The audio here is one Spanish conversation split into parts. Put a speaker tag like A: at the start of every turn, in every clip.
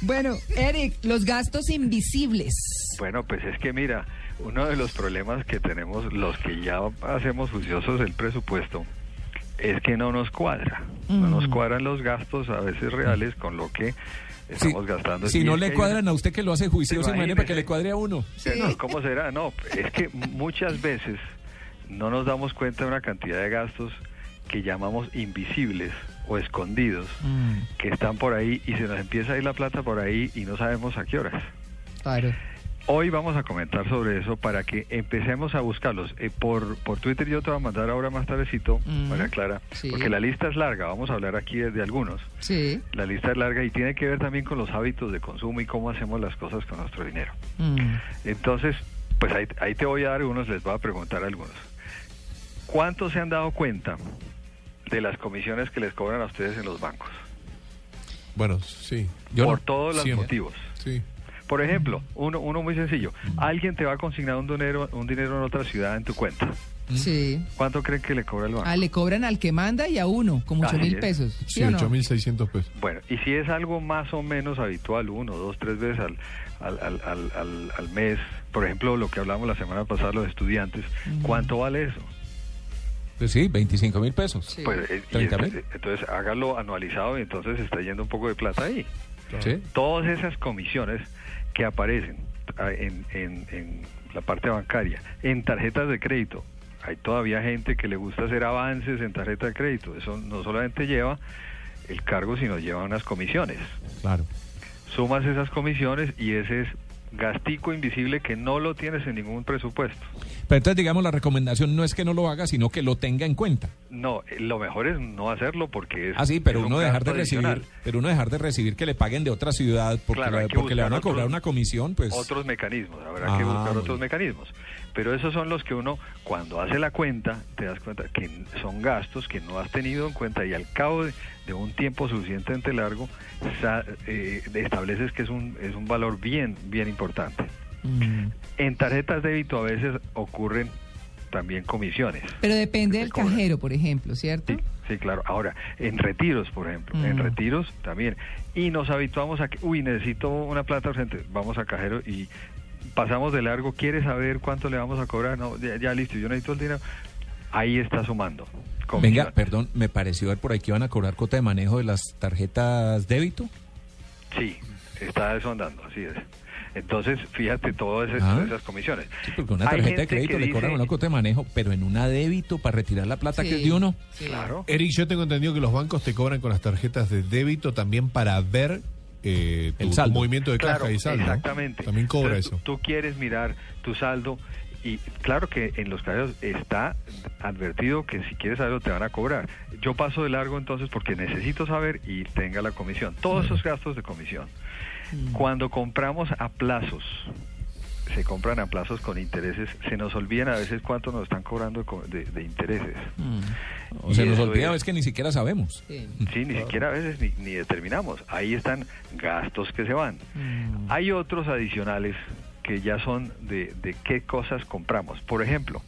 A: Bueno, Eric, los gastos invisibles.
B: Bueno, pues es que mira, uno de los problemas que tenemos los que ya hacemos juiciosos el presupuesto es que no nos cuadra. No
C: Mm.
B: nos cuadran los gastos a veces reales con lo que estamos
C: si,
B: gastando.
C: Mm. Si
B: Y
C: no
B: es
C: le
B: que-
C: cuadran a usted que lo hace juicioso, imagínese
B: Imagínese.
C: para que le cuadre a uno.
B: No, ¿Cómo será? No, es que muchas veces no nos damos cuenta de una cantidad de gastos que llamamos invisibles o escondidos,
C: Mm.
B: que están por ahí y se nos empieza a ir la plata por ahí y no sabemos a qué horas.
A: Claro.
B: Hoy vamos a comentar sobre eso para que empecemos a buscarlos. Eh, por, por Twitter yo te voy a mandar ahora más tardecito,
A: Mm.
B: María Clara,
A: Sí.
B: porque la lista es larga, vamos a hablar aquí de algunos.
A: Sí.
B: La lista es larga y tiene que ver también con los hábitos de consumo y cómo hacemos las cosas con nuestro dinero.
A: Mm.
B: Entonces, pues ahí, ahí te voy a dar algunos, les voy a preguntar algunos. ¿Cuántos se han dado cuenta de las comisiones que les cobran a ustedes en los bancos?
D: Bueno, sí.
B: por
C: no.
B: todos los
D: Siempre.
B: motivos.
D: Sí.
B: Por ejemplo, uno, uno muy sencillo. Alguien te va a consignar un dinero, un dinero en otra ciudad en tu cuenta.
A: Sí.
B: ¿Cuánto creen que le cobra el banco?
A: Ah, le cobran al que manda y a uno, como ocho
B: Así
A: mil
B: es.
A: pesos.
D: Sí,
A: ¿Sí
C: Ah,
A: o no?
D: 8.600 pesos.
B: Bueno, y si es algo más o menos habitual, uno, dos, tres veces al, al, al, al, al- al mes, por ejemplo, lo que hablamos la semana pasada, los estudiantes, ¿cuánto vale eso?
C: Pues sí, 25 mil pesos.
A: Sí.
B: Pues, eh, y
C: 30 mil.
B: entonces- entonces hágalo anualizado y entonces está yendo un poco de plata ahí.
C: Sí.
B: todas esas comisiones que aparecen ah, en, en- en la parte bancaria, en tarjetas de crédito. Hay todavía gente que le gusta hacer avances en tarjeta de crédito. Eso no solamente lleva el cargo, sino lleva unas comisiones.
C: Claro.
B: Sumas esas comisiones y ese es gastico invisible que no lo tienes en ningún presupuesto.
C: Pero entonces, digamos, la recomendación no es que no lo haga, sino que lo tenga en cuenta.
B: No, eh, lo mejor es no hacerlo porque es...
C: Ah, sí, pero
B: es un
C: uno dejar
B: gasto
C: de recibir,
B: adicional.
C: pero uno dejar de recibir que le paguen de otra ciudad porque,
B: Claro,
C: la-
B: hay que
C: porque le
B: buscar
C: van a cobrar
B: otros-
C: una comisión, pues.
B: otros mecanismos, habrá
C: Ah,
B: que buscar
C: muy
B: otros
C: bien.
B: mecanismos. Pero esos son los que uno, cuando hace la cuenta, te das cuenta que n- son gastos que no has tenido en cuenta y al cabo de, de un tiempo suficientemente largo, sa- eh, estableces que es un, es un valor bien, bien importante.
A: Mm.
B: En tarjetas de débito a veces ocurren también comisiones.
A: Pero depende
B: Que
A: del
B: te cobran.
A: cajero, por ejemplo, ¿cierto?
B: Sí, sí, claro. Ahora, en retiros, por ejemplo, en
A: Mm.
B: retiros también. Y nos habituamos a que, uy, necesito una plata urgente, vamos a cajero y pasamos de largo, ¿quiere saber cuánto le vamos a cobrar? No, ya, ya, listo, yo necesito el dinero. Ahí está sumando.
C: Venga,
B: comisión.
C: perdón, me pareció ver por ahí que iban a cobrar cuota de manejo de las tarjetas débito.
B: Sí, está eso andando, así es. Entonces, fíjate todas esas,
C: Ah.
B: esas comisiones.
C: Sí, porque una
B: Hay
C: tarjeta de
B: gente
C: crédito
B: que
C: le cobran
B: dice-
C: una cuota de manejo, pero en una débito para retirar la plata que es de uno.
A: Sí.
B: Claro.
D: Eric, yo tengo entendido que los bancos te cobran con las tarjetas de débito también para ver eh, tu,
C: El saldo.
D: tu movimiento de caja
B: Claro,
D: y saldo. ¿no?
B: Exactamente.
D: También cobra
B: Entonces,
D: eso.
B: Tú, tú quieres mirar tu saldo y claro que en los casos está advertido que si quieres saberlo te van a cobrar. Yo paso de largo entonces porque necesito saber y tenga la comisión. Todos esos gastos de comisión.
A: Mm,
B: Cuando compramos a plazos, se compran a plazos con intereses, se nos olvidan a veces cuánto nos están cobrando de co- de- de intereses.
A: mm.
C: O
B: Y
C: se nos
B: eso
C: olvida,
B: es-
C: es que ni siquiera sabemos.
A: Sí.
B: Sí, ni siquiera a veces ni, ni determinamos. Ahí están gastos que se van.
A: Mm.
B: Hay otros adicionales que ya son de, de qué cosas compramos. Por ejemplo,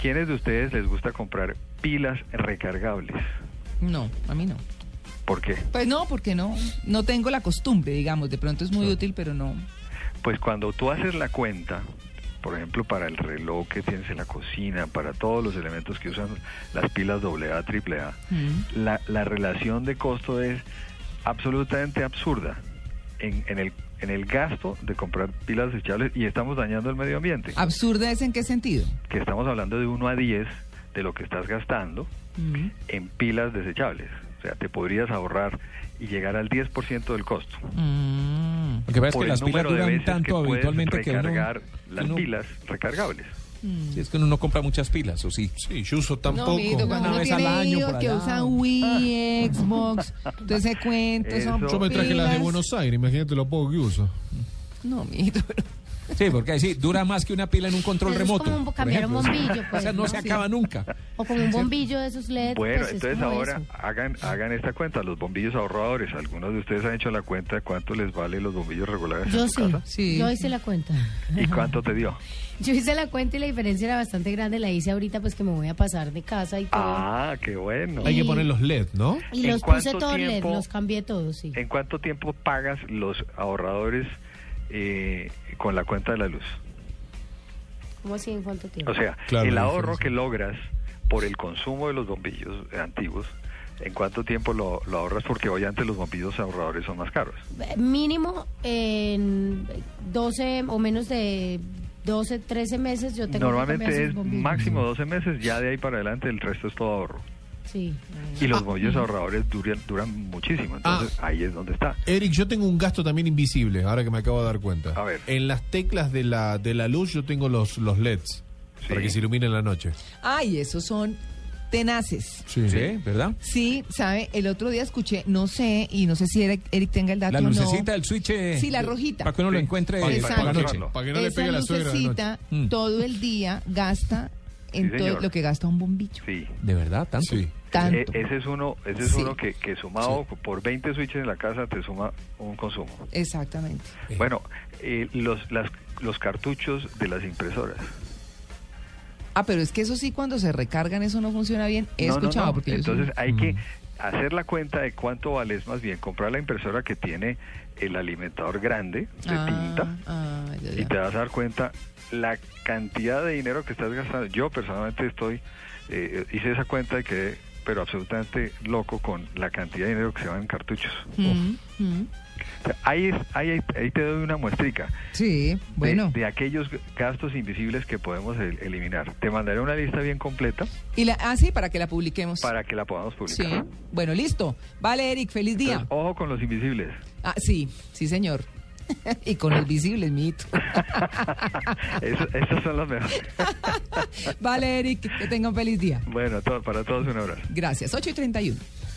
B: ¿quiénes de ustedes les gusta comprar pilas recargables?
A: No, a mí no.
B: ¿Por qué?
A: Pues no, porque no, no tengo la costumbre, digamos. De pronto es muy útil, pero no.
B: Pues cuando tú haces la cuenta, por ejemplo, para el reloj que tienes en la cocina, para todos los elementos que usan las pilas AA, AAA,
A: Mm.
B: la, la relación de costo es absolutamente absurda en, en el, en el gasto de comprar pilas desechables y estamos dañando el medio ambiente.
A: ¿Absurda es en qué sentido?
B: Que estamos hablando de 1 a 10 de lo que estás gastando
A: Mm.
B: en pilas desechables. O sea, te podrías ahorrar y llegar al 10% del costo.
A: Mm.
C: Lo que pasa es
B: Por
C: que
B: el
C: las pilas
B: número de
C: duran
B: veces
C: tanto
B: que puedes
C: habitualmente que uno,
B: recargar
C: que
B: las
C: uno-
B: pilas recargables.
C: Sí, es que uno no compra muchas pilas, o sí.
D: Sí, yo uso
A: No,
D: tampoco.
A: mijito, cuando
C: Una
A: uno
C: vez al
A: tiene
C: año,
A: hijos
C: por
A: que
C: allá. Ah.
A: usan Wii, Xbox, todo ese cuento, son
B: Eso.
D: yo me traje las de
A: pilas.
D: Buenos Aires, imagínate lo poco que uso.
A: No, mijito, pero
C: Sí, porque ahí sí, dura más que una pila en un control
E: Eso es
C: remoto.
E: como un-
C: por
E: cambiar un
C: ejemplo.
E: bombillo, pues,
C: O sea, no
E: ¿no?
C: se
E: Sí.
C: acaba nunca.
E: O con un bombillo de esos LED.
B: Bueno,
E: pues, es
B: entonces
E: como
B: ahora
E: eso.
B: hagan hagan esta cuenta, los bombillos ahorradores. Algunos de ustedes han hecho la cuenta de cuánto les vale los bombillos regulares
E: Yo
B: en
E: sí,
B: su casa.
A: Sí,
E: yo
A: sí.
E: hice la cuenta.
B: ¿Y cuánto te dio?
E: Yo hice la cuenta y la diferencia era bastante grande. La hice ahorita, pues que me voy a pasar de casa y todo.
B: Ah, qué bueno.
D: Hay que
E: Y-
D: poner los LED, ¿no?
E: y
B: ¿en
E: los puse
B: cuánto
E: todos LED,
B: tiempo-
E: los cambié todos, sí.
B: ¿En cuánto tiempo pagas los ahorradores eh, con la cuenta de la luz?
E: ¿Cómo así? ¿En cuánto tiempo?
B: O sea,
D: Claro,
B: el
D: la
B: ahorro
D: diferencia.
B: que logras por el consumo de los bombillos eh, antiguos, ¿en cuánto tiempo lo, lo ahorras? Porque hoy antes los bombillos ahorradores son más caros.
E: Eh, Mínimo en 12 o menos de 12, 13 meses yo tengo que
B: Normalmente
E: cambiar
B: es
E: sus bombillos.
B: máximo 12 meses, ya de ahí para adelante el resto es todo ahorro.
E: Sí.
B: Y los bollos ahorradores duran, duran muchísimo. Entonces ahí es donde está.
D: Eric, yo tengo un gasto también invisible, ahora que me acabo de dar cuenta.
B: A ver.
D: En las teclas de la, de la luz yo tengo los, los LEDs
B: Sí.
D: para que se ilumine en la noche.
A: Ay, esos son tenaces.
C: Sí, ¿verdad?
A: Sí, sabe, el otro día escuché, no sé, y no sé si Eric, Eric tenga el dato
C: La
A: o no.
C: lucecita, el switch. eh,
A: Sí, la rojita.
C: Para que uno lo
B: Sí.
C: encuentre
A: Para-
C: eh,
A: para
C: por la noche.
B: llevarlo.
D: Para que no le
A: Esa
D: pegue a la suegra de noche.
A: lucecita
C: noche. Mm.
A: todo el día gasta en
B: Sí,
A: todo
B: señor. Eh,
A: lo que gasta un bombillo.
B: Sí.
C: ¿De verdad? ¿Tanto?
D: Sí.
B: E-
A: Tanto.
B: ese es uno, ese es
A: Sí.
B: uno que, que sumado por 20 switches en la casa te suma un consumo.
A: Exactamente.
C: Eh.
B: Bueno, eh, los, las- los cartuchos de las impresoras.
A: Ah, pero es que eso sí, cuando se recargan, eso no funciona bien. He
B: No, no,
A: escuchado
B: no.
A: porque yo soy-
B: Entonces hay que hacer la cuenta de cuánto vale, es más bien comprar la impresora que tiene el alimentador grande de
A: Ah,
B: tinta
A: ah, ya,
B: y
A: ya.
B: te vas a dar cuenta la cantidad de dinero que estás gastando. Yo personalmente estoy, eh, hice esa cuenta de que, pero absolutamente loco con la cantidad de dinero que se va en cartuchos.
A: Mm, mm.
B: O sea, ahí, es, ahí, ahí- ahí te doy una muestrica de-
A: Sí, bueno.
B: de, aquellos gastos invisibles que podemos el- eliminar. Te mandaré una lista bien completa
A: Y la, ah, sí, para que la publiquemos.
B: para que la podamos
A: Sí.
B: publicar.
A: Bueno, listo. Vale, Eric, feliz día.
B: Entonces, oh. ojo con los invisibles.
A: Ah, sí, sí, señor. y con los visibles, mito.
B: Eso- esas son las mejores.
A: vale, Eric, que tenga un feliz día.
B: Bueno, a todos- para todos un abrazo.
A: Gracias. 8 y 31.